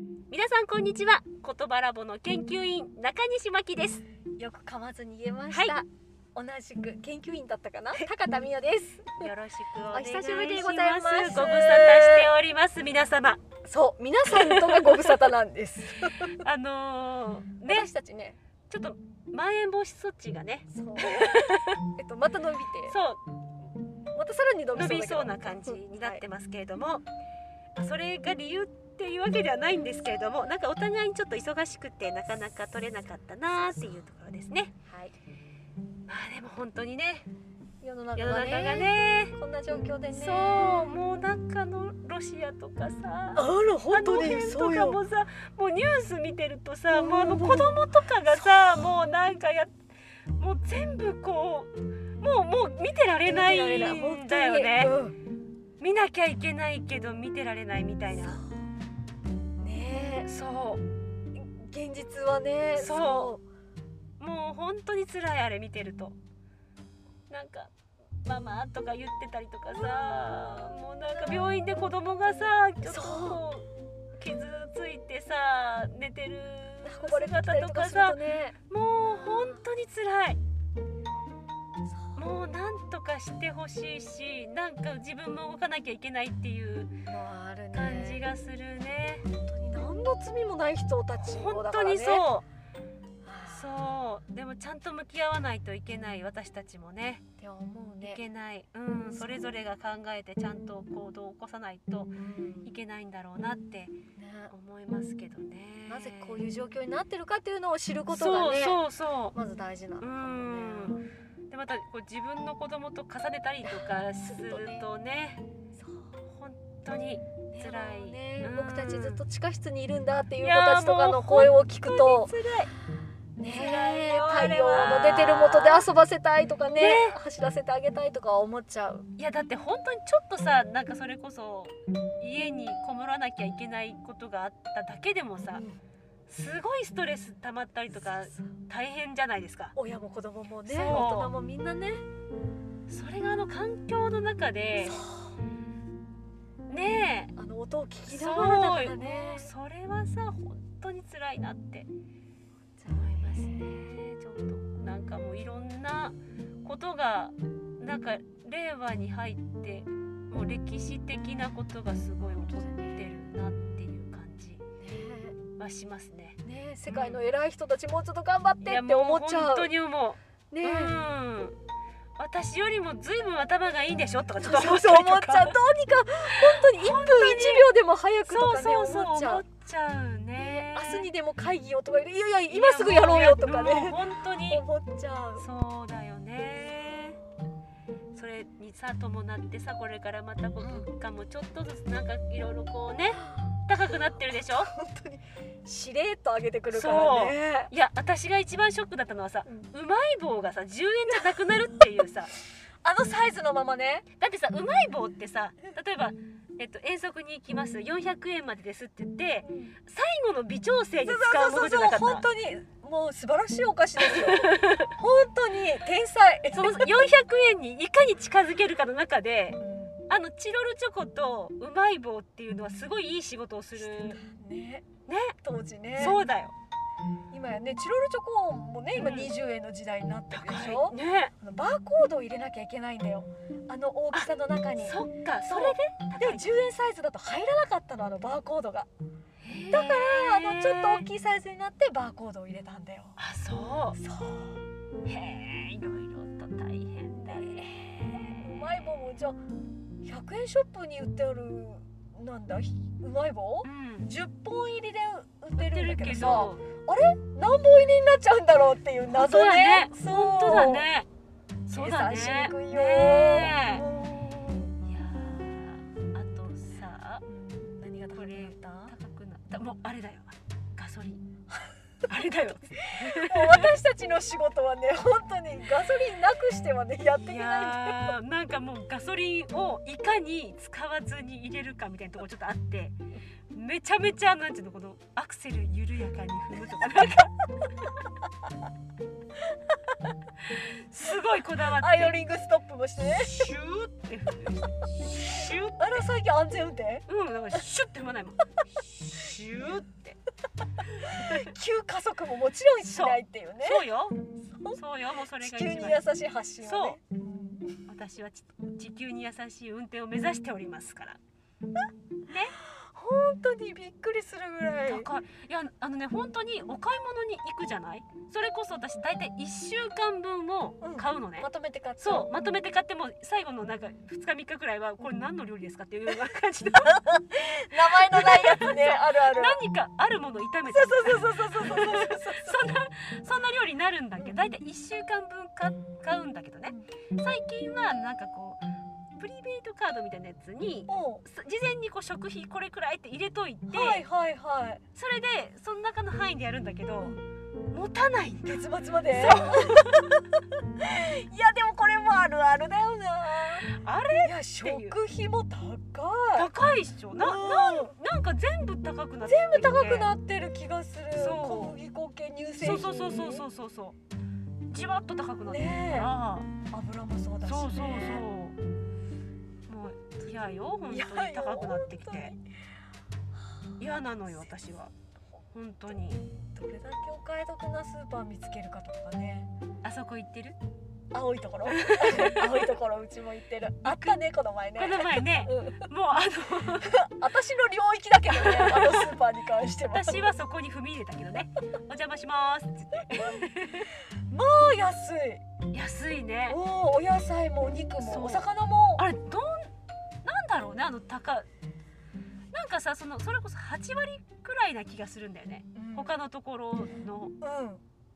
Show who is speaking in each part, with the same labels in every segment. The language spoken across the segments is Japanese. Speaker 1: んこんにちは言葉ラボの研究員中西真希です
Speaker 2: よく噛まずに言えました、同じく研究員だったか な高田美代です
Speaker 1: よろしくお願いします
Speaker 2: お久しぶりでございます
Speaker 1: ご無沙汰しております皆様
Speaker 2: そう皆さんとがご無沙汰なんです
Speaker 1: あのー、ね
Speaker 2: 私たちね
Speaker 1: ちょっとまん延防止措置がね
Speaker 2: そう えっとまた伸びて
Speaker 1: そう
Speaker 2: またさらに伸びそうだ
Speaker 1: 伸
Speaker 2: けど
Speaker 1: びそうな感じになって
Speaker 2: ま
Speaker 1: ますけれども、それが理由っていうわけではないんですけれどもなんかお互いにちょっと忙しくてなかなか取れなかったなーっていうところですね
Speaker 2: す、はいはい
Speaker 1: まあでも本当にね
Speaker 2: 世の中
Speaker 1: 世の
Speaker 2: が
Speaker 1: 中
Speaker 2: ね
Speaker 1: がね
Speaker 2: こんな状況でね
Speaker 1: そうもうなんかのロシアとかさ
Speaker 2: ら
Speaker 1: あの辺とかもさもうニュース見てるとさ、
Speaker 2: うん
Speaker 1: もうあの子供とかがさもうなんかやもう全部こうもうもう見てられないんだよね、
Speaker 2: うん
Speaker 1: 見なきゃいけないけど見てられないみたいな
Speaker 2: そうね
Speaker 1: そう
Speaker 2: え現実はね
Speaker 1: そうもう本当に辛いあれ見てるとなんか「ママ」とか言ってたりとかさもうなんか病院で子供がさちょっとこう傷ついてさ寝てる
Speaker 2: そう運ばれてきたりと
Speaker 1: 姿と
Speaker 2: か
Speaker 1: か
Speaker 2: する
Speaker 1: さ
Speaker 2: とね
Speaker 1: もう本当に辛い
Speaker 2: そう
Speaker 1: もうなんとかしてほしいしなんか自分も動かなきゃいけないっていう
Speaker 2: もあるね
Speaker 1: 感じがするね
Speaker 2: 本当に何の罪もない人たちも
Speaker 1: 本
Speaker 2: だ
Speaker 1: 当
Speaker 2: からね
Speaker 1: にそう
Speaker 2: そ
Speaker 1: そうでもちゃんと向き合わないといけない私たちもね
Speaker 2: うって思う
Speaker 1: い
Speaker 2: ね
Speaker 1: けない、うん、それぞれが考えてちゃんと行動を起こさないといけないんだろうなって
Speaker 2: ね
Speaker 1: 思いますけどね
Speaker 2: なぜこういう状況になってるかっていうのを知ることがね
Speaker 1: そうそうそ
Speaker 2: まず大事なの
Speaker 1: うう
Speaker 2: かもね
Speaker 1: んでまたこう自分の子供と重ねたりとかするとね
Speaker 2: そう
Speaker 1: 本当に
Speaker 2: ね
Speaker 1: 辛い
Speaker 2: もうね
Speaker 1: うん
Speaker 2: 僕たちずっと地下室にいるんだっていう子
Speaker 1: いやー
Speaker 2: たちとかの声を聞くと
Speaker 1: 辛い
Speaker 2: ね
Speaker 1: 辛いよあ
Speaker 2: 太
Speaker 1: れ
Speaker 2: 陽
Speaker 1: は
Speaker 2: の出てる元で遊ばせたいとかね
Speaker 1: ね
Speaker 2: 走らせてあげたいとか思っちゃう
Speaker 1: いやだって本当にちょっとさなんかそれこそ家にこもらなきゃいけないことがあっただけでもさすごいストレス溜まったりとか
Speaker 2: そう
Speaker 1: 大変じゃないですか
Speaker 2: 親も子供もね
Speaker 1: そう
Speaker 2: 大人もみんなね
Speaker 1: それがあの環境の中でね
Speaker 2: あの音を聞き
Speaker 1: そ
Speaker 2: な
Speaker 1: う
Speaker 2: がらだからね
Speaker 1: えそれはさ本当に辛いなって
Speaker 2: じゃあ
Speaker 1: 思いますねちょっとなんかもういろんなことがなんか令和に入ってもう歴史的なことがすごい起こってるなっていう感じ
Speaker 2: ね
Speaker 1: はしますね。
Speaker 2: ね世界の偉い人たちもうちょっと頑張ってって思っち
Speaker 1: いやもう
Speaker 2: ゃう
Speaker 1: 本当に思う。
Speaker 2: ね
Speaker 1: う
Speaker 2: え、
Speaker 1: ん。私よりもずいぶん頭がいいんでしょとかちょっと
Speaker 2: そ
Speaker 1: 思
Speaker 2: う
Speaker 1: っ
Speaker 2: そう思っちゃうど
Speaker 1: う。
Speaker 2: うにか本当に1分1秒でも早くと
Speaker 1: そう
Speaker 2: かね
Speaker 1: そうそう
Speaker 2: 思っちゃ
Speaker 1: 思っ
Speaker 2: う
Speaker 1: ちゃうね。
Speaker 2: 明日にでも会議をとかいやいや今すぐやろうよとか
Speaker 1: もう
Speaker 2: ね
Speaker 1: 本当に
Speaker 2: 思っちゃう
Speaker 1: そうだよね。それにさ伴ってさこれからまたこう
Speaker 2: うん
Speaker 1: 物価もちょっとずつなんかいろいろこうね高くなってるでしょ。
Speaker 2: 本当にしれっと上げてくるからね
Speaker 1: いや私が一番ショックだったのはさ。
Speaker 2: うん
Speaker 1: うまい棒がさ10円じゃなくなるっていうさ
Speaker 2: あのサイズのままね
Speaker 1: だってさうまい棒ってさ例えば、えっと、遠足に行きます400円までですって言って最後の微調整に使うも
Speaker 2: そ
Speaker 1: の
Speaker 2: う
Speaker 1: じ
Speaker 2: そ
Speaker 1: ゃ
Speaker 2: う
Speaker 1: な
Speaker 2: そう
Speaker 1: か
Speaker 2: そ
Speaker 1: っ
Speaker 2: う本
Speaker 1: た
Speaker 2: 当にもう素晴らしいお菓子ですよ本当に天才
Speaker 1: その400円にいかに近づけるかの中であのチロルチョコとうまい棒っていうのはすごいいい仕事をする
Speaker 2: ね
Speaker 1: ね
Speaker 2: 当時ね
Speaker 1: そうだよ
Speaker 2: 今やねチロルチョコもね今
Speaker 1: うん
Speaker 2: 20円の時代になってるでしょ、
Speaker 1: ね
Speaker 2: あのバーコードを入れなきゃいけないんだよあの大きさの中に
Speaker 1: そっか
Speaker 2: そ
Speaker 1: そうれ
Speaker 2: で
Speaker 1: で
Speaker 2: も10円サイズだと入らなかったのあのバーコードが
Speaker 1: だから
Speaker 2: あのちょっと大
Speaker 1: い
Speaker 2: きいサイズになってバーコードを入れたんだよ
Speaker 1: あそ
Speaker 2: そう
Speaker 1: うへえいろいろと大変だ
Speaker 2: う
Speaker 1: ね
Speaker 2: まい棒もじゃあ100円ショップに売ってあるなんだひうまい棒
Speaker 1: うん
Speaker 2: 10本入りで売って
Speaker 1: 売って
Speaker 2: る
Speaker 1: る
Speaker 2: んだけ
Speaker 1: け
Speaker 2: どさ
Speaker 1: ど
Speaker 2: 何本入りになっちゃうんだろうっていう謎ねそう
Speaker 1: 本当だねそうだね
Speaker 2: 計算しにくいよ、う
Speaker 1: ね
Speaker 2: ん
Speaker 1: えいやーあとさ
Speaker 2: 何が高くなった
Speaker 1: 高くなったもうあれだよガソリンあれだよ
Speaker 2: もう私たちの仕事はね 本当にガソリンなくしてはねやっていけ
Speaker 1: い
Speaker 2: ない
Speaker 1: やーなんかもうガソリンをいかに使わずに入れるかみたいなところちょっとあってめちゃめちゃなんていうのこのアクセル緩やかに踏むとかなんかすごいこだわって
Speaker 2: アイドリングストップもしてね
Speaker 1: シューって踏むシュー
Speaker 2: あら最近安全運転
Speaker 1: うんだからシュッて踏まないもんシューって
Speaker 2: 急加速ももちろんしないっていうね
Speaker 1: そうよそうよもうそれ
Speaker 2: 地
Speaker 1: が
Speaker 2: 球
Speaker 1: 一
Speaker 2: に
Speaker 1: 番
Speaker 2: 優しい発信をね
Speaker 1: 私はち地球に優しい運転を目指しておりますから
Speaker 2: 本当にびっくりするぐらい
Speaker 1: 高いいやあのね本当にお買い物に行くじゃないそれこそ私大体1週間分を買うのね、
Speaker 2: まとめて買った
Speaker 1: そうまとめて買っても最後のなんか2日3日くらいはこれ何の料理ですかっていうよう な感じで
Speaker 2: 名前のないやつねあるある
Speaker 1: 何かあるものを炒めて
Speaker 2: そうそうそうそうそうそうそうそう
Speaker 1: そんなそんな料理になるんだけど大体1週間分か買うんだけどね最近はなんかこうプリベートカードみたいなやつに
Speaker 2: おう
Speaker 1: す事前にこう食費これくらいって入れといて、
Speaker 2: はいはいはい
Speaker 1: それでその中の範囲でやるんだけど持たないんだ
Speaker 2: 月末までいやでもこれもあるあるだよな
Speaker 1: あ
Speaker 2: れいや
Speaker 1: て
Speaker 2: 食
Speaker 1: いう
Speaker 2: 費も高い
Speaker 1: 高いっしょなな
Speaker 2: うん
Speaker 1: なんか全部高くなって全部
Speaker 2: 高くなってる気がする
Speaker 1: そう
Speaker 2: 小麦粉系乳製
Speaker 1: そ
Speaker 2: 品
Speaker 1: うそうそうそうそうそうそうじわっと高くなってる
Speaker 2: ね
Speaker 1: から、
Speaker 2: え油もそうだしね
Speaker 1: そうそうそうもう嫌よ本当に
Speaker 2: いや
Speaker 1: 高くなってき
Speaker 2: 本当
Speaker 1: て
Speaker 2: に
Speaker 1: 嫌なのよ私は本当に
Speaker 2: どれだけお買い得なスーパー見つけるかとかね
Speaker 1: あそこ行ってる
Speaker 2: 青いところ 青いところうちも行ってるあったねこの前ね
Speaker 1: この前ね
Speaker 2: うん
Speaker 1: もうあの
Speaker 2: 私の領域だけどねあのスーパーに関 しては
Speaker 1: 私はそこに踏み入れたけどねお邪魔しますって言っ
Speaker 2: あー安い
Speaker 1: て安いね
Speaker 2: おーお野菜もお肉
Speaker 1: そう
Speaker 2: もお魚も
Speaker 1: あれどんなんだろうねあの高いなんかさそのそれこそ8割くらいな気がするんだよね他のところの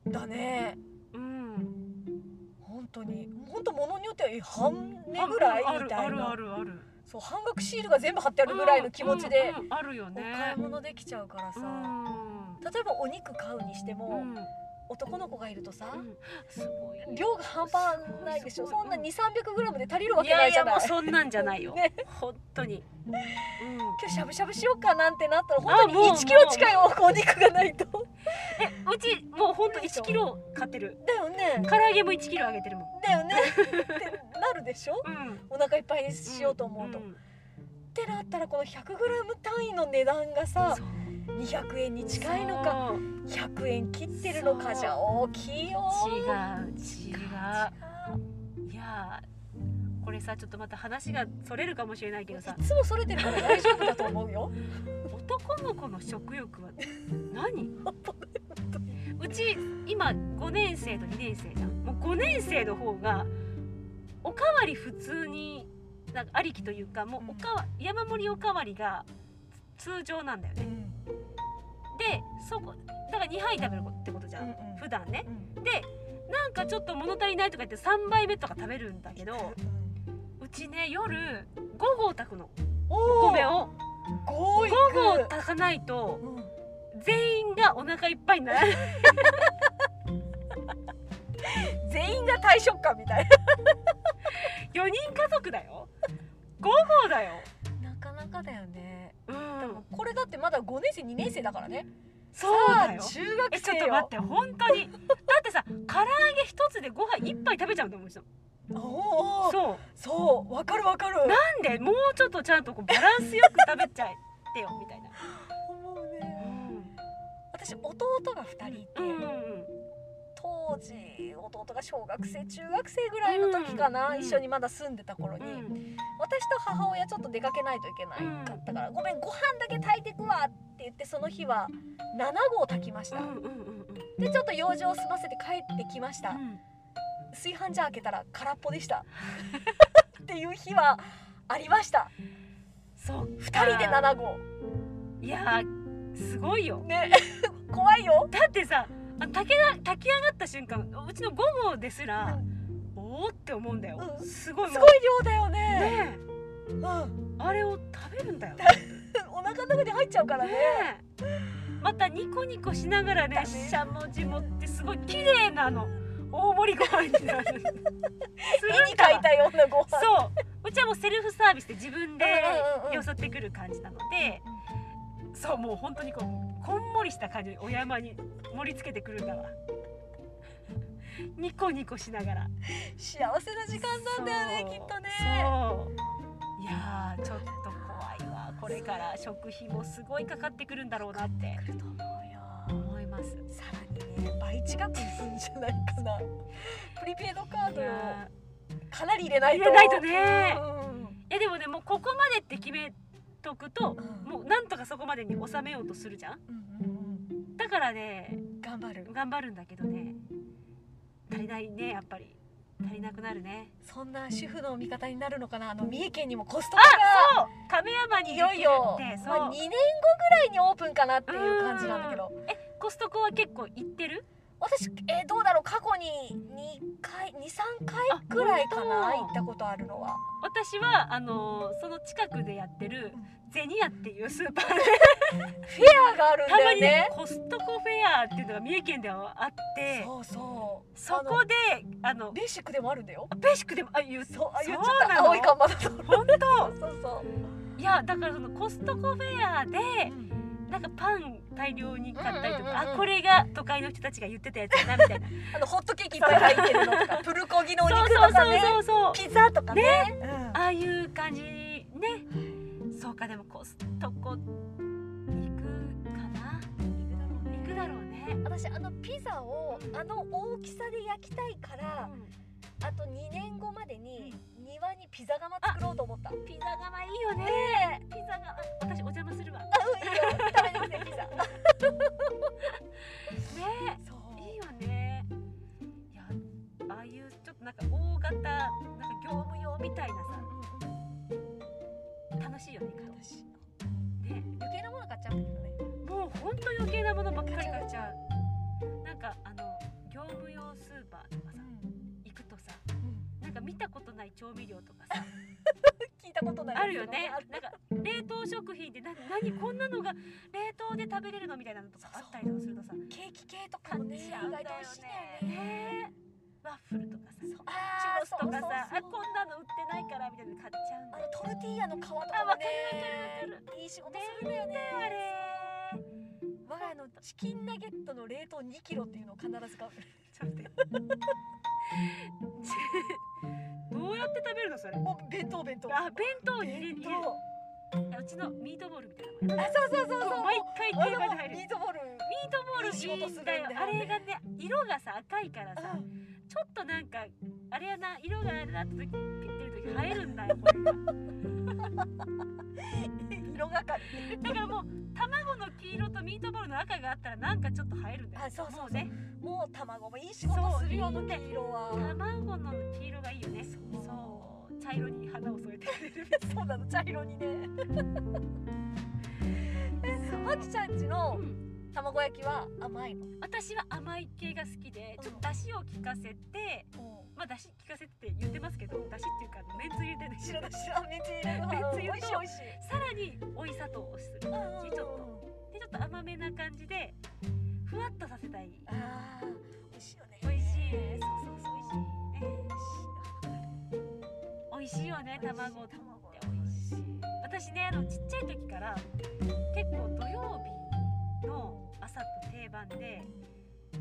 Speaker 2: うんだね
Speaker 1: うん
Speaker 2: 本当に本当物によってはえ半値ぐらい
Speaker 1: あ
Speaker 2: み
Speaker 1: る
Speaker 2: た
Speaker 1: あ
Speaker 2: い
Speaker 1: るあ
Speaker 2: な
Speaker 1: るある
Speaker 2: そう半額シールが全部貼ってあるぐらいの気持ちで
Speaker 1: うんうんうんあるよ
Speaker 2: お買
Speaker 1: ね
Speaker 2: い物できちゃうからさ
Speaker 1: うん
Speaker 2: 例えばお肉買うにして
Speaker 1: う
Speaker 2: も
Speaker 1: ん
Speaker 2: 男の子がいるとさ
Speaker 1: うんすごいよね
Speaker 2: 量が半端ないでしょ
Speaker 1: す
Speaker 2: そ
Speaker 1: ごいす
Speaker 2: ん
Speaker 1: ごい
Speaker 2: な2 3 0 0グラムで足りるわ
Speaker 1: い
Speaker 2: けな
Speaker 1: や
Speaker 2: い
Speaker 1: い
Speaker 2: じゃ
Speaker 1: やも
Speaker 2: な
Speaker 1: う
Speaker 2: い
Speaker 1: そんなんじゃないよ、
Speaker 2: ね
Speaker 1: 本当に、うん、
Speaker 2: 今日しゃぶしゃぶしようかなんてなったら
Speaker 1: あ
Speaker 2: 本
Speaker 1: もう
Speaker 2: 当に1キロ近いお肉がないと
Speaker 1: えうちもうほんと1キロ買ってる
Speaker 2: だよね
Speaker 1: 唐揚げも1キロあげてるもん
Speaker 2: だよねってなるでしょ
Speaker 1: うん
Speaker 2: お腹いっぱいにしようと思うと、
Speaker 1: ん
Speaker 2: ってなったらこの 100g 単位の値段がさ
Speaker 1: そう
Speaker 2: 200円に近いのか
Speaker 1: そう
Speaker 2: 100円切ってるのかじゃ大きいよ
Speaker 1: 違う違ういやーこれさちょっとまた話がそれるかもしれないけどさ
Speaker 2: いつもそれてるから大丈夫だと思うよ
Speaker 1: 男の子の食欲は何うち今5年生と2年生じゃんもう5年生の方がおかわり普通になんかありきというかもうおかわ山盛りおかわりが通常なんだよねでそこだから2杯食べるってことじゃん、普段ねでなんかちょっと物足りないとか言って3杯目とか食べるんだけどうちね夜5合炊くの
Speaker 2: お
Speaker 1: お米を
Speaker 2: ごい
Speaker 1: 5合炊かないと全員がお腹いっぱいにならない
Speaker 2: 全員が退職感みたい
Speaker 1: 4人家族だ よ5合だよ
Speaker 2: ななかなかだよね
Speaker 1: うん
Speaker 2: これだってまだ5年生2年生だからね
Speaker 1: そうだよ
Speaker 2: さあ中学
Speaker 1: えちょ
Speaker 2: 生よ
Speaker 1: っと待って本当にだってさ唐揚げ一つでご飯一杯食べちゃうんだもんうちの
Speaker 2: おー
Speaker 1: そ
Speaker 2: そうわかるわかる
Speaker 1: うなんでもうちょっとちゃんとこうバランスよく食べちゃってよみたいな
Speaker 2: 思う
Speaker 1: う
Speaker 2: ね
Speaker 1: ん
Speaker 2: 私弟が2人いて、
Speaker 1: うんうん
Speaker 2: 当時弟が小学生中学生ぐらいの時かな、
Speaker 1: うん
Speaker 2: 一緒にまだ住んでた頃
Speaker 1: う
Speaker 2: に、
Speaker 1: ん
Speaker 2: 私と母親ちょっと出かけないといけないかったから「ごめんご飯だけ炊いてくわ」って言ってその日は7合炊きまし
Speaker 1: う
Speaker 2: た、
Speaker 1: んうんうんうん
Speaker 2: でちょっと用事を済ませて帰ってきました、
Speaker 1: うん
Speaker 2: 炊飯ジャー開けたら空っぽでした っていう日はありました
Speaker 1: そう
Speaker 2: 2人で7合
Speaker 1: いやーすごいよ
Speaker 2: ね 怖いよ
Speaker 1: だってさあの炊けな炊き上がった瞬間うちの午後ですら、おおって思うんだよ、
Speaker 2: うん
Speaker 1: すごいもう
Speaker 2: すごい量だよね
Speaker 1: ね
Speaker 2: うん、
Speaker 1: えあれを食べるんだよね
Speaker 2: お腹の中に入っちゃうからね
Speaker 1: えまたニコニコしながらね
Speaker 2: だね
Speaker 1: しゃもじもってすごい綺麗なの大盛りご飯になるする
Speaker 2: 絵に
Speaker 1: から
Speaker 2: 描いたようなご飯
Speaker 1: そううちはもうセルフサービスで自分で
Speaker 2: うんうんうん
Speaker 1: よそってくる感じなので、そうもう本当にこうこんもりした感じでお山に盛り付けてくるんだわニコニコしながら
Speaker 2: 幸せな時間なんだよねきっとね
Speaker 1: そうそういやーちょっと怖いわこれから食費もすごいかかってくるんだろうなって
Speaker 2: 来ると思うよ
Speaker 1: 思います
Speaker 2: さらにね倍近くいくんじゃないかなプリペイドカー
Speaker 1: い
Speaker 2: ドを
Speaker 1: や
Speaker 2: かなり入れないと
Speaker 1: 入れないとね
Speaker 2: うん
Speaker 1: いやでもねもうここまでって決めとくと
Speaker 2: うん
Speaker 1: もうなんとかそこまでに収めようとするじゃん
Speaker 2: うんうん
Speaker 1: だからね
Speaker 2: うん頑張る
Speaker 1: 頑張るんだけどね足りないねやっぱり足りなくなるね
Speaker 2: そんな主婦の味方になるのかなあの三重県にもコストコが
Speaker 1: あそう亀山に
Speaker 2: い
Speaker 1: できる
Speaker 2: よいよ、
Speaker 1: ってそう、
Speaker 2: まあ、2年後ぐらいにオープンかなっていう感じなんだけど
Speaker 1: えコストコは結構行ってる
Speaker 2: 私えーどうだろう過去に2回23回
Speaker 1: あ
Speaker 2: ぐらいかな行
Speaker 1: 本
Speaker 2: っ
Speaker 1: 当
Speaker 2: たことあるのは
Speaker 1: 私はあのーその近くでやってるゼニアっていうスーパーで
Speaker 2: フェアがあるん
Speaker 1: た
Speaker 2: だ
Speaker 1: ま
Speaker 2: よ
Speaker 1: にね
Speaker 2: ね
Speaker 1: コストコフェアっていうのが三重県ではあって
Speaker 2: そうそう
Speaker 1: そこであの
Speaker 2: あのベーシックでもあるんだよ
Speaker 1: ベーシックでもあ言う
Speaker 2: そうあ言っち
Speaker 1: そう
Speaker 2: ゃっ
Speaker 1: な
Speaker 2: た
Speaker 1: の
Speaker 2: 青い看板だとそう
Speaker 1: 本当
Speaker 2: そうそう
Speaker 1: いやだからそのコストコフェアでなんかパン大量に買ったりとか、
Speaker 2: うんうんうんうん
Speaker 1: あこれが都会の人たちが言ってたやつだなみた いな
Speaker 2: あのホットケーキいっぱい入ってるのとかプルコギのお
Speaker 1: そう
Speaker 2: 肉
Speaker 1: そ
Speaker 2: と
Speaker 1: う
Speaker 2: かね
Speaker 1: そうそうそう
Speaker 2: ピザとかねうん
Speaker 1: ああいう感じねそうかでもコストコ行くかな行くだろうね、
Speaker 2: 私あのピザをあの大きさで焼きたいからあと2年後までに庭にピザ窯作ろうと思ったね
Speaker 1: ピザ窯いいよね
Speaker 2: え
Speaker 1: ピザ窯私お邪魔するわね
Speaker 2: あうんいいよ食べてきてピザ そ
Speaker 1: いいよねいやああいうちょっとなんか大型なんか業務用みたいなさ楽しいよね
Speaker 2: 私
Speaker 1: ね
Speaker 2: 余計なもの買っちゃうんだけどね
Speaker 1: もうほんと余計なものばっかり買っちゃうなんかあの業務用スーパーとかさ行くとさなんか見たことない調味料とか さ
Speaker 2: 聞いたことない
Speaker 1: あるよね
Speaker 2: ある
Speaker 1: なんか冷凍食品でな何こんなのが冷凍で食べれるのみたいなのとかあったりとかするとさ
Speaker 2: ケーキ系とかも
Speaker 1: 感
Speaker 2: ね
Speaker 1: じ
Speaker 2: 意
Speaker 1: ちゃうんだ
Speaker 2: 外
Speaker 1: よ
Speaker 2: と美味しいんだよね
Speaker 1: ねねワッフルとかさチュ
Speaker 2: そう
Speaker 1: ロスとかさ
Speaker 2: あ
Speaker 1: あ
Speaker 2: ーそうそうそう
Speaker 1: こんなの売ってないからみたいなの買っちゃうん
Speaker 2: あ
Speaker 1: だ
Speaker 2: の
Speaker 1: よ
Speaker 2: トルティーヤの皮とかもね
Speaker 1: あわかるわか
Speaker 2: いい仕事するんだよね
Speaker 1: あれー
Speaker 2: 我が家のチキンナゲットの冷凍2キロっていうのを必ず買う
Speaker 1: ちょっと待ってどうやって食べるのそれ
Speaker 2: もう弁当弁当
Speaker 1: あ弁当に入れ
Speaker 2: 弁
Speaker 1: 入れる
Speaker 2: 当
Speaker 1: あうちのミートボールみたいなの
Speaker 2: あそうそうそうそう
Speaker 1: 毎回定番で入る
Speaker 2: ミートボール
Speaker 1: ミートボールいいんだよあれがね色がさ赤いからさ
Speaker 2: うん
Speaker 1: ちょっとなんかあれやな色があれだって時ピッてる時映えるんだよこれが
Speaker 2: 色がかり
Speaker 1: だからもう卵の黄色とミートボールの赤があったらなんかちょっと映えるんだよ
Speaker 2: あそうそうそう
Speaker 1: もね
Speaker 2: もう卵もいい仕事するよあ
Speaker 1: そう
Speaker 2: の
Speaker 1: いいね
Speaker 2: 黄色は
Speaker 1: 卵の黄色がいいよね
Speaker 2: そう
Speaker 1: そう茶色に花を添えてくれる
Speaker 2: そうなの茶色にねえまきちゃんち
Speaker 1: う
Speaker 2: の
Speaker 1: ん
Speaker 2: 卵焼きは甘いの
Speaker 1: 私は甘い系が好きでちょっと出汁を効かせてまあ出汁効かせてって言ってますけど出汁っていうかめんつゆ入れてない
Speaker 2: 知らない知らないめっちゃ 入れる
Speaker 1: めっちゃ入れる
Speaker 2: 美味しい美味しい
Speaker 1: さらに追い砂糖をする感じちょっとでちょっと甘めな感じでふわっとさせたい
Speaker 2: ああ美味しいよね
Speaker 1: 美味しい
Speaker 2: そ
Speaker 1: そうう
Speaker 2: そ
Speaker 1: そうう
Speaker 2: そう
Speaker 1: そう美味しい
Speaker 2: 美味しい
Speaker 1: ね美味しいよね卵って美味しい私ねあのちっちゃい時から結構土曜日の朝って定番で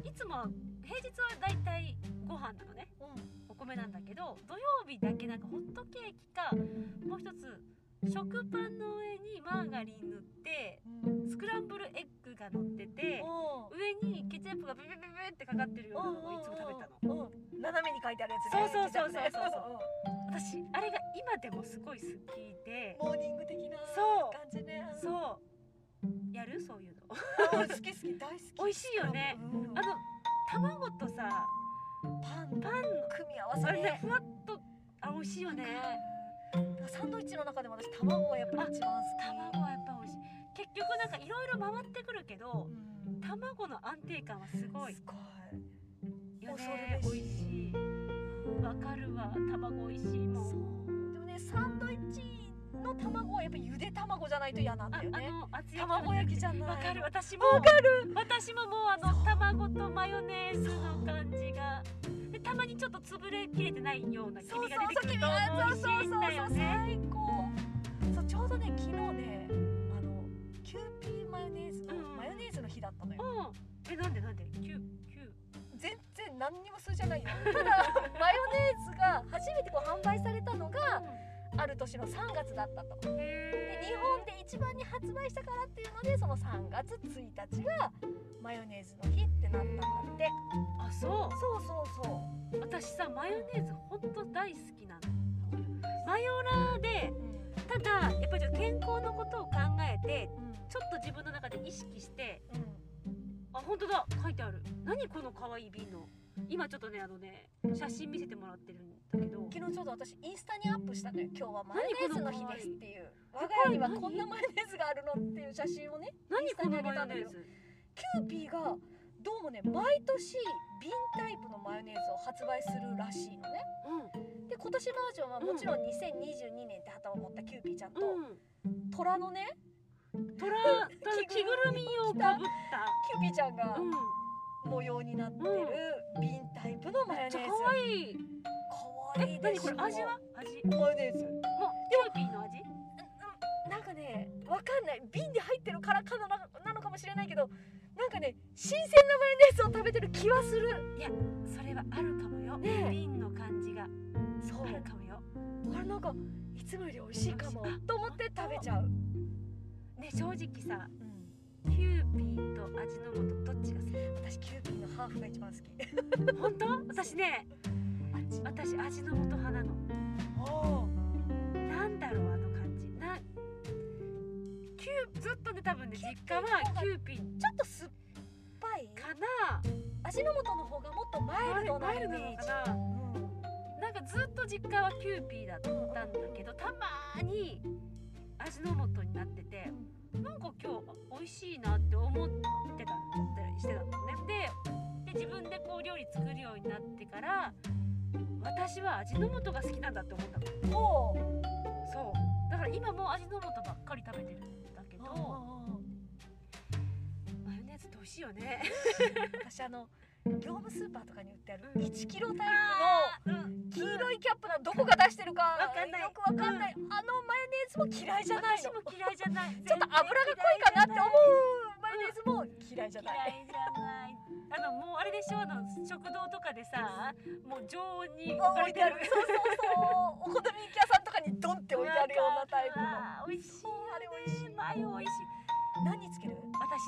Speaker 1: いつも平日はだいたいご飯なのね
Speaker 2: うん
Speaker 1: お米なんだけど土曜日だけなんかホットケーキかもう一つ食パンの上にマーガリン塗って
Speaker 2: うん
Speaker 1: スクランブルエッグが乗ってて上にケチャップがビビビビってかかってるようなのをいつも食べたの
Speaker 2: のうん斜めに書いてあるやつね
Speaker 1: そうそうそうそ
Speaker 2: ケ
Speaker 1: うそう
Speaker 2: チャップね
Speaker 1: 私あれが今でもすごい好きで
Speaker 2: モーニング的な
Speaker 1: そう
Speaker 2: 感じねう
Speaker 1: そうやるそういうの
Speaker 2: 好き好き大好き
Speaker 1: 美味しいよね
Speaker 2: うん
Speaker 1: あの卵とさ
Speaker 2: パン
Speaker 1: パ
Speaker 2: 組
Speaker 1: ンの
Speaker 2: み合わせ
Speaker 1: あれね
Speaker 2: ね
Speaker 1: ふわっとあ美味しいよね
Speaker 2: サンドイッチの中でも私卵がやっぱり一番好き
Speaker 1: 卵はやっぱ美味しい結局なんかいろいろ回ってくるけど
Speaker 2: うん
Speaker 1: 卵の安定感はすごい
Speaker 2: すごい恐るべし
Speaker 1: よね美味しいわかるわ卵美味しいも
Speaker 2: そ
Speaker 1: ん
Speaker 2: うでもねサンドイッチの卵はやっぱゆで卵じゃないと嫌なん
Speaker 1: あ
Speaker 2: だよ
Speaker 1: あ
Speaker 2: ね
Speaker 1: の厚焼き
Speaker 2: 卵焼きじゃない
Speaker 1: わかる私も
Speaker 2: わかる
Speaker 1: 私ももうあ
Speaker 2: そ
Speaker 1: の
Speaker 2: う
Speaker 1: 卵とマヨネーズの感じがでたまにちょっと潰れきれてないような黄
Speaker 2: そうそう
Speaker 1: 身が出てくると美味しいんだよね
Speaker 2: 最高そうちょうどね昨日ねあのキューピーマヨネーズの、
Speaker 1: うん
Speaker 2: マヨネーズの日だったのよ
Speaker 1: うんえなんでなんでキュキュ
Speaker 2: 全然何にも数字じゃないよただマヨネーズが初めてこう販売されたのがある年の3月だったとで
Speaker 1: へー
Speaker 2: 日本で一番に発売したからっていうのでその3月1日がマヨネーズの日ってなったんだって
Speaker 1: あそ
Speaker 2: そうそうそう
Speaker 1: う私さマヨネーズほんと大好きなのマヨラーでただやっぱりちょっと健康のことを考えて
Speaker 2: うん
Speaker 1: ちょっと自分の中で意識して
Speaker 2: うん
Speaker 1: あ本当だ書いてある何この可愛い瓶の今ちょっとねあのね写真見せてもらってるんだけど
Speaker 2: 昨日ちょうど私インスタにアップしたのよ今日はマヨネーズの日ですっていう我が家にはこんなマヨネーズがあるのっていう写真をね
Speaker 1: 何このマヨネーズ
Speaker 2: キューピーがどうもね毎年瓶タイプのマヨネーズを発売するらしいのね
Speaker 1: う
Speaker 2: で今年バージョンはもちろん2022年って旗を持ったキューピーちゃんと
Speaker 1: んうん
Speaker 2: 虎のね
Speaker 1: トラ
Speaker 2: 着
Speaker 1: 着
Speaker 2: ぐる
Speaker 1: ぐるみをかぶった
Speaker 2: キューピーちゃんが
Speaker 1: うんめ
Speaker 2: 模様になってる瓶タイプのマヨネ
Speaker 1: っ
Speaker 2: ーズ
Speaker 1: ちゃ可愛い
Speaker 2: 可愛い
Speaker 1: え何
Speaker 2: でし
Speaker 1: こ
Speaker 2: ょ
Speaker 1: れ味は味もう
Speaker 2: マヨネーズ
Speaker 1: キューピーの味
Speaker 2: なんかねわかんない瓶で入ってるからかななのかもしれないけどなんかね新鮮なマヨネーズを食べてる気はする
Speaker 1: それはあるかもよ
Speaker 2: ねえ
Speaker 1: 瓶の感じが
Speaker 2: そう
Speaker 1: あるかもよ
Speaker 2: あれなんかいつもより美味しいかも
Speaker 1: 美味しい
Speaker 2: と思って食べちゃう、
Speaker 1: ね正直さキューピーと味の素どっちが好
Speaker 2: 私キューピーのハーフが一番好き
Speaker 1: き本当私ね
Speaker 2: あっち
Speaker 1: 私味の素派なのなんだろうあの感じなキューずっとね多分ね
Speaker 2: キュー
Speaker 1: 実
Speaker 2: ピー
Speaker 1: 家はキューピー
Speaker 2: ちょっと酸っぱい
Speaker 1: かな
Speaker 2: 味の素の方がもっとマイルドな
Speaker 1: マイ
Speaker 2: イ
Speaker 1: ル
Speaker 2: メ
Speaker 1: ドなの
Speaker 2: ー
Speaker 1: か
Speaker 2: ジ
Speaker 1: な
Speaker 2: うん
Speaker 1: なんかずっと実家はキューピーだったんだけどたまーに味の素になっててなんか今日美味しいなって思ってたりしてたのねでで自分でこう料理作るようになってから私は味の素が好きなんだって思ったの
Speaker 2: ほう
Speaker 1: そうだから今もう味の素ばっかり食べてるんだけどマヨネーズって美味しいよね
Speaker 2: 私あの業務スーパーとかに売 ってある
Speaker 1: うん
Speaker 2: 1キロタイプの
Speaker 1: うん
Speaker 2: 黄色いキャップのどこが出してるか
Speaker 1: わかんない
Speaker 2: よくわかんない、あのマヨネーズも嫌いじゃない
Speaker 1: 私
Speaker 2: の
Speaker 1: も嫌いじゃない
Speaker 2: ちょっと油が濃いかなって思うマヨネーズも嫌いじゃない、
Speaker 1: 嫌いじゃない。あのもうあれでしょあの食堂とかでさ、もう常温に
Speaker 2: あ置いてあるそうそうそうお好み焼き屋さんとかにドンって置いてあるようなタイプの
Speaker 1: の。美味しい。
Speaker 2: あれ美味しい
Speaker 1: マヨ美味しい。
Speaker 2: 何つける
Speaker 1: 私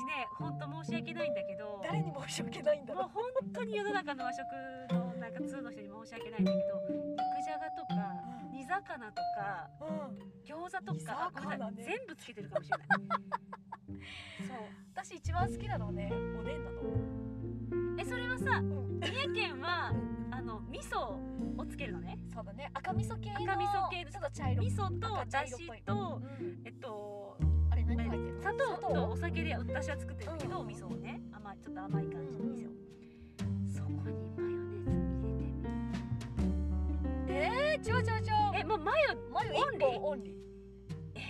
Speaker 1: ね、本当申し訳ないんだけど、
Speaker 2: 誰にも申し訳ないんだ
Speaker 1: もう
Speaker 2: ろ
Speaker 1: 本当に世の中の和食のなんか通の人に申し訳ないんだけど、肉じゃがとか
Speaker 2: う
Speaker 1: 煮魚とか
Speaker 2: うん、
Speaker 1: 餃子とか、
Speaker 2: 煮魚ね
Speaker 1: 全部つけてるかもしれない。そう。
Speaker 2: 私一番好きなのはねおでんなの、
Speaker 1: えそれはさ、
Speaker 2: ん
Speaker 1: 三重県はあの味噌をつけるのね。
Speaker 2: そうだね赤味噌系の
Speaker 1: 赤味噌系の
Speaker 2: ちょっと茶色い
Speaker 1: 味噌と
Speaker 2: 赤茶
Speaker 1: だ
Speaker 2: 色っ
Speaker 1: し
Speaker 2: ぽいう
Speaker 1: と
Speaker 2: ん
Speaker 1: えっと、
Speaker 2: あれ何
Speaker 1: え
Speaker 2: 入ってるの
Speaker 1: 砂糖
Speaker 2: 砂
Speaker 1: とお酒で私は作ってるんだけど、
Speaker 2: うん
Speaker 1: 味噌をね甘いちょっと甘い感じの味噌、
Speaker 2: う
Speaker 1: そこにマヨネーズ入れてみる
Speaker 2: えー、ちょちょちょ
Speaker 1: えもうマヨ
Speaker 2: マヨ
Speaker 1: オン
Speaker 2: 一
Speaker 1: リー
Speaker 2: 本オンリー
Speaker 1: え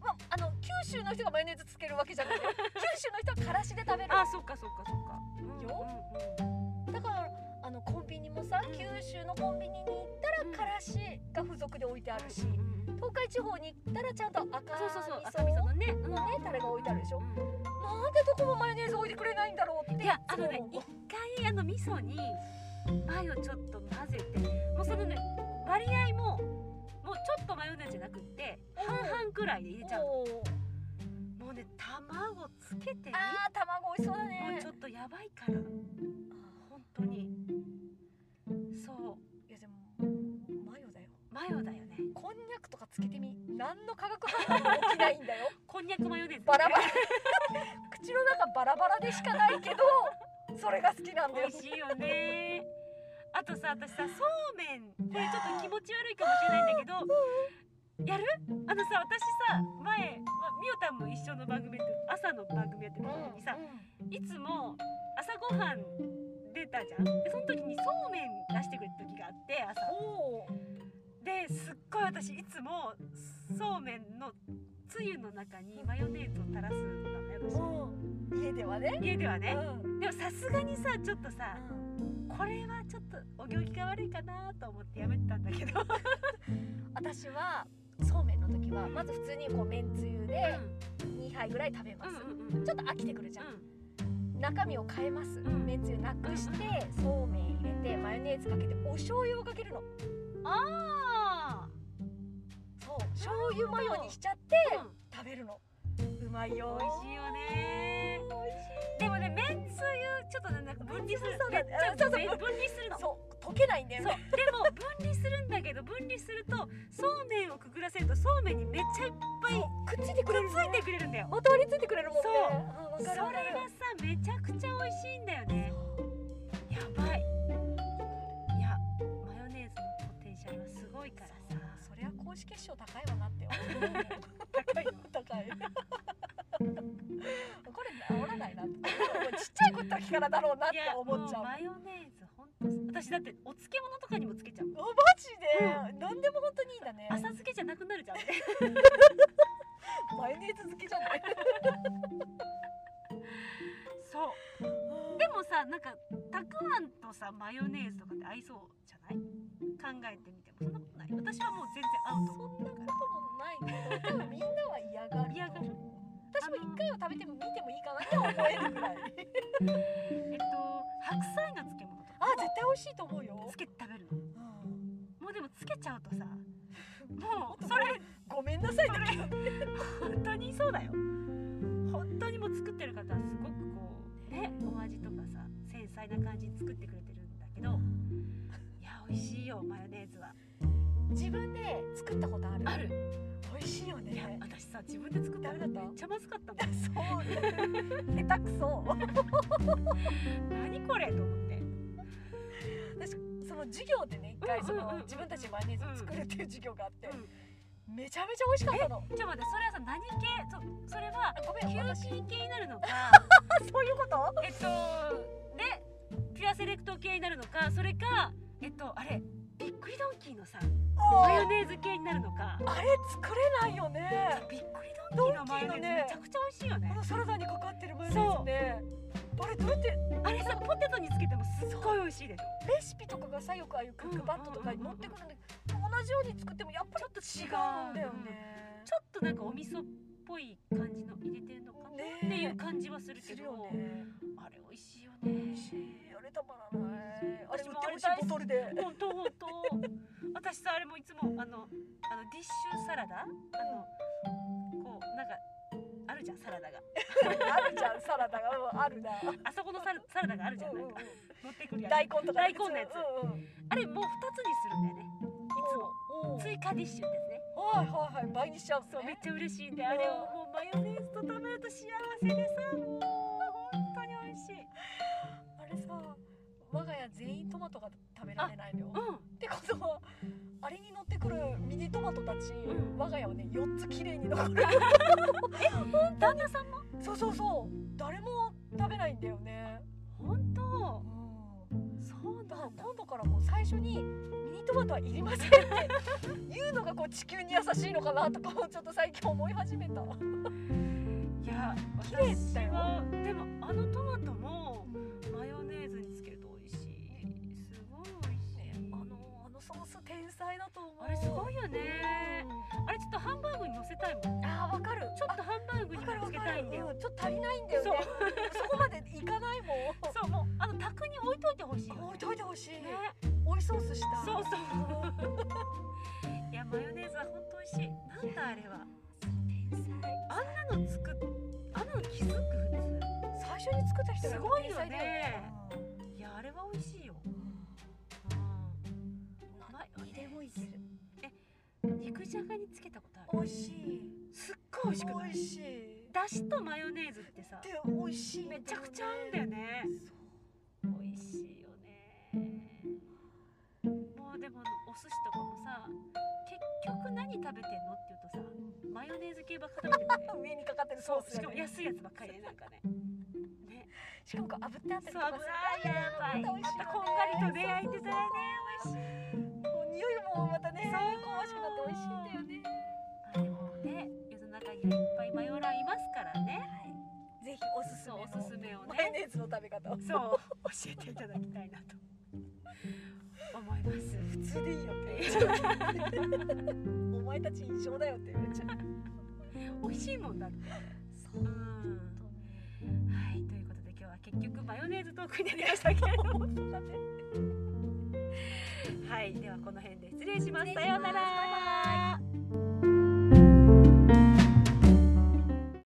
Speaker 2: まあ、あの九州の人がマヨネーズつけるわけじゃなくて九州の人はからしで食べる
Speaker 1: あそっかそっかそっか、うん
Speaker 2: よだからあのコンビニもさ
Speaker 1: うん
Speaker 2: 九州のコンビニに行った
Speaker 1: うんうん
Speaker 2: らからしが付属で置いてあるし
Speaker 1: うんうん
Speaker 2: 東海地方に行ったらちゃんと赤味噌
Speaker 1: そうそうそう赤味噌のねうん
Speaker 2: のねタレが置いてあるでしょ
Speaker 1: う
Speaker 2: なんでどこもマヨネーズ置いてくれないんだろうって
Speaker 1: んいやあのね
Speaker 2: そう思
Speaker 1: 一
Speaker 2: う
Speaker 1: 回あの味噌にマヨちょっと混ぜてもうそのね割合ももうちょっとマヨネーズじゃなくって半々くらいで入れちゃう
Speaker 2: おー
Speaker 1: のもうね卵つけてみ
Speaker 2: あー卵美味しそうだ
Speaker 1: も
Speaker 2: ね
Speaker 1: うちょっとやばいから本当にそう
Speaker 2: いやでもマヨだよ
Speaker 1: マヨだよね
Speaker 2: こんにゃくとかつけてみ何の化学反応も起きないんだよ
Speaker 1: こんにゃくマヨネーズ
Speaker 2: バラバラ口の中バラバラでしかないけどそれが好きなんだよ
Speaker 1: 美味しいよねあとさ私さそうめんこれちょっと気持ち悪いかもしれないんだけどやるあのさ私さ前まみおたんも一緒の番組やって朝の番組やってた時にさいつも朝ごはん出たじゃんでその時にそうめん出してくれた時があって朝
Speaker 2: おー
Speaker 1: ですっごい私いつもそうめんのつゆの中にマヨネーズを垂らすのがね
Speaker 2: うん家ではね
Speaker 1: 私家では
Speaker 2: う
Speaker 1: ね
Speaker 2: ん
Speaker 1: でもさすがにさちょっとさこれはちょっとお行儀が悪いかなと思ってやめてたんだけど
Speaker 2: 私はそうめんの時はまず普通にこうめんつゆ で2杯ぐらい食べます、
Speaker 1: うんうん
Speaker 2: ちょっと飽きてくるじゃん、中身を変えます、
Speaker 1: ん
Speaker 2: めんつゆなくしてそうめん入れてマヨネーズかけてお醤油をかけるの
Speaker 1: ああ
Speaker 2: 冬模様にしちゃって食べるのうまい
Speaker 1: 美
Speaker 2: よ
Speaker 1: 味しいよねでもねめんつゆちょっとねなんか分離する
Speaker 2: そう
Speaker 1: め
Speaker 2: だ
Speaker 1: っ
Speaker 2: ね
Speaker 1: ちゃ
Speaker 2: あそうそう
Speaker 1: め分離するの
Speaker 2: そう溶けないんだよ
Speaker 1: そう
Speaker 2: ね
Speaker 1: でも分離するんだけど分離するとそうめんをくぐらせるとそうめんにめっちゃいっぱい
Speaker 2: そうくっついてく
Speaker 1: くっ
Speaker 2: れる
Speaker 1: つ
Speaker 2: ね
Speaker 1: いてくれるんだよ
Speaker 2: まとわりついてくれるもんね
Speaker 1: そう
Speaker 2: あわ
Speaker 1: そ
Speaker 2: か
Speaker 1: れ
Speaker 2: る
Speaker 1: が
Speaker 2: わかる
Speaker 1: さめちゃくちゃ美味しいんだよねやばいいやマヨネーズのポテンシャルはすごいからさ
Speaker 2: そりゃ公式決勝高いわなって思う高いよ 高い これ治らないなってこれちっちゃい子の時からだろうなって
Speaker 1: いやもう
Speaker 2: 思っちゃう
Speaker 1: マヨネーズほんと私だってお漬物とかにもつけちゃう
Speaker 2: おマジ で、何でも本当にいいんだね
Speaker 1: 浅漬けじゃなくなる じゃんね
Speaker 2: マヨネーズ好きじゃない
Speaker 1: そうでもさなんかたくあんとさマヨネーズとかって合いそうじゃない考えてみてもそんなことない私はもう全然合うと
Speaker 2: そ
Speaker 1: 思
Speaker 2: んなこともないけど多分みんなは嫌がる
Speaker 1: 嫌がる
Speaker 2: 私も一回は食べても見てもいいかなとは思える ぐらい
Speaker 1: えっと白菜の漬物と
Speaker 2: あ
Speaker 1: か
Speaker 2: 絶対美味しいと思うよ
Speaker 1: つ、けて食べるの
Speaker 2: うん
Speaker 1: もうでもつけちゃうとさもうそれ
Speaker 2: ごめんなさいだけど
Speaker 1: 本当にそうだよ本当にもう作ってる方はすごくこうねお味とかさ繊細な感じに作ってくれてるんだけどいや美味しいよマヨネーズは
Speaker 2: 自分で作ったことある
Speaker 1: ある
Speaker 2: 美味しいよ
Speaker 1: いや
Speaker 2: ね
Speaker 1: 私さ自分で作った
Speaker 2: ダメだ
Speaker 1: の
Speaker 2: った
Speaker 1: めっちゃまずかったもん
Speaker 2: そうね下手くそ
Speaker 1: 何これと思って
Speaker 2: その授業でね一回そ
Speaker 1: うんうん
Speaker 2: の
Speaker 1: うん
Speaker 2: 自分たちマヨネーズを作るっていう授業があって、
Speaker 1: うん
Speaker 2: めちゃめちゃ美味しかったの
Speaker 1: ちょっと待ってそれはさ何系そそれは
Speaker 2: あごめん
Speaker 1: キュ
Speaker 2: 私
Speaker 1: ーピー系になるのか
Speaker 2: そういうこと
Speaker 1: えっとねピュアセレクト系になるのかそれかえっとあれびっくりドンキーのさマヨネーズ系になるのか
Speaker 2: あれ作れないよね
Speaker 1: びっくりドンキーのマヨネーズめちゃくちゃ美味しいよ
Speaker 2: こ
Speaker 1: ね
Speaker 2: のサラダにかかってるマヨネーズねあれどうやって
Speaker 1: あれさポテトにつけてもすっごい美味しいでしょ
Speaker 2: レシピとかがさよくああいうクックパッドとかに載ってくるんだけど同じように作ってもやっぱり
Speaker 1: ちょ
Speaker 2: 違
Speaker 1: っと違
Speaker 2: う
Speaker 1: うん
Speaker 2: だ
Speaker 1: んだ
Speaker 2: よ
Speaker 1: よ
Speaker 2: ね
Speaker 1: ねちょっとなんかお味噌っぽい感じの入れてるのかな、
Speaker 2: ねえ
Speaker 1: っていう感じはするけ
Speaker 2: する
Speaker 1: ど
Speaker 2: よね
Speaker 1: あれ美味しいよね
Speaker 2: 美味しいあれたまらないあれ売っ
Speaker 1: 私
Speaker 2: て
Speaker 1: もあ
Speaker 2: ほ
Speaker 1: れ
Speaker 2: しい
Speaker 1: 大好き
Speaker 2: ボトルで
Speaker 1: 本当本当私さあれもいつもあのあのディッシュサラダあのこうなんかあるじゃんサラダが
Speaker 2: あるじゃんサラダがうんあるな
Speaker 1: あそこのサラサラダがあるじゃんなんか
Speaker 2: うんうん
Speaker 1: 持ってくるやつ
Speaker 2: 大根とか
Speaker 1: 大根のやつ
Speaker 2: うんうん
Speaker 1: あれもう2つにするんだよねいつも
Speaker 2: おうおう
Speaker 1: 追加ディッシュですね
Speaker 2: はいはいはい倍にしちゃうんです
Speaker 1: そうめっ
Speaker 2: ね
Speaker 1: ちゃ嬉しいんであれをもうマヨネーズと食べると幸せでさもう本当に美味しい
Speaker 2: あれさ我が家全員トマトが食べられないのよ
Speaker 1: う
Speaker 2: ってことはあれに乗ってくるミニトマトたち、
Speaker 1: ん
Speaker 2: 我が家はね4つ綺麗に残る
Speaker 1: ん旦那さんも
Speaker 2: そうそうそう誰も食べないんだよね
Speaker 1: 本当
Speaker 2: うん
Speaker 1: そう
Speaker 2: だ
Speaker 1: な
Speaker 2: から
Speaker 1: んだ
Speaker 2: 今度からもう最初にミニトマトはいりませんって言うのがこう地球に優しいのかなとかをちょっと最近思い始めた、
Speaker 1: いや
Speaker 2: 綺麗だよ
Speaker 1: 私はでもあのトマトもマヨネーズにつけると美味しいすごい美味しい、
Speaker 2: ねあのあのソース天才だと思う
Speaker 1: あれすごいよ
Speaker 2: ね
Speaker 1: ねあれちょっとハンバーグに乗せたいもん
Speaker 2: あーわかる
Speaker 1: ちょっとハンバーグに
Speaker 2: わかる
Speaker 1: も
Speaker 2: わ
Speaker 1: つけ
Speaker 2: か
Speaker 1: たい
Speaker 2: る
Speaker 1: んだよ
Speaker 2: うんちょっと足りないんだよねそこまでいかないもん
Speaker 1: そうもうあの卓に置いといてほしいよ、ね、
Speaker 2: 置いといてほしい、
Speaker 1: ね
Speaker 2: 追いソースしたい
Speaker 1: そうそう
Speaker 2: うん
Speaker 1: いやマヨネーズは本当美味しいなんだあれは
Speaker 2: 天才
Speaker 1: あんなの作っあんなの気づく
Speaker 2: 最初に作った人が
Speaker 1: すごいよね
Speaker 2: 天才だ
Speaker 1: 普通いやあれは美味しいよ、うん、マヨ
Speaker 2: 何
Speaker 1: ネ
Speaker 2: でもい
Speaker 1: ー
Speaker 2: け
Speaker 1: ズ
Speaker 2: る
Speaker 1: 肉じゃがにつけたことあ
Speaker 2: 美
Speaker 1: る
Speaker 2: 味しい
Speaker 1: すっごい美味しくない
Speaker 2: 美味しい
Speaker 1: だしとマヨネーズってさ
Speaker 2: で美味しいんだよ
Speaker 1: め
Speaker 2: ね
Speaker 1: ちゃくちゃ合うんだよね
Speaker 2: そう
Speaker 1: 美味しいよねもうでもお寿司とかもさ結局何食べてんのって言うとさマヨネーズ系ばっか食べてるね
Speaker 2: 上にかかってるソース
Speaker 1: しか
Speaker 2: が
Speaker 1: も
Speaker 2: ね
Speaker 1: 安いやつばっかりでなんかねね
Speaker 2: しかもこう炙ってあったり
Speaker 1: そ
Speaker 2: と
Speaker 1: う
Speaker 2: か
Speaker 1: 油やばい
Speaker 2: また美味しいよね
Speaker 1: またこんがりと出会えてたよね美味しい
Speaker 2: もう匂いもまたね
Speaker 1: そ
Speaker 2: 香
Speaker 1: う
Speaker 2: ばしくなって美味しいんだよね
Speaker 1: まあでもね世の中にはいっぱいマヨラーいますからね
Speaker 2: ぜひおすすめ
Speaker 1: そう
Speaker 2: の
Speaker 1: おすすめを
Speaker 2: マヨ
Speaker 1: ね
Speaker 2: ネーズの食べ方を
Speaker 1: そう教えていただきたいなと思います
Speaker 2: 普通でいいよって お前たち異常だよって言われちゃう
Speaker 1: 美味しいもんだって
Speaker 2: そう
Speaker 1: うんはい、ということで今日は結局マヨネーズトークになりましたけれどもはい、ではこの辺で失礼します。
Speaker 2: 失
Speaker 1: さ
Speaker 2: 礼します
Speaker 1: ような
Speaker 2: バイ
Speaker 1: ら。
Speaker 2: バイ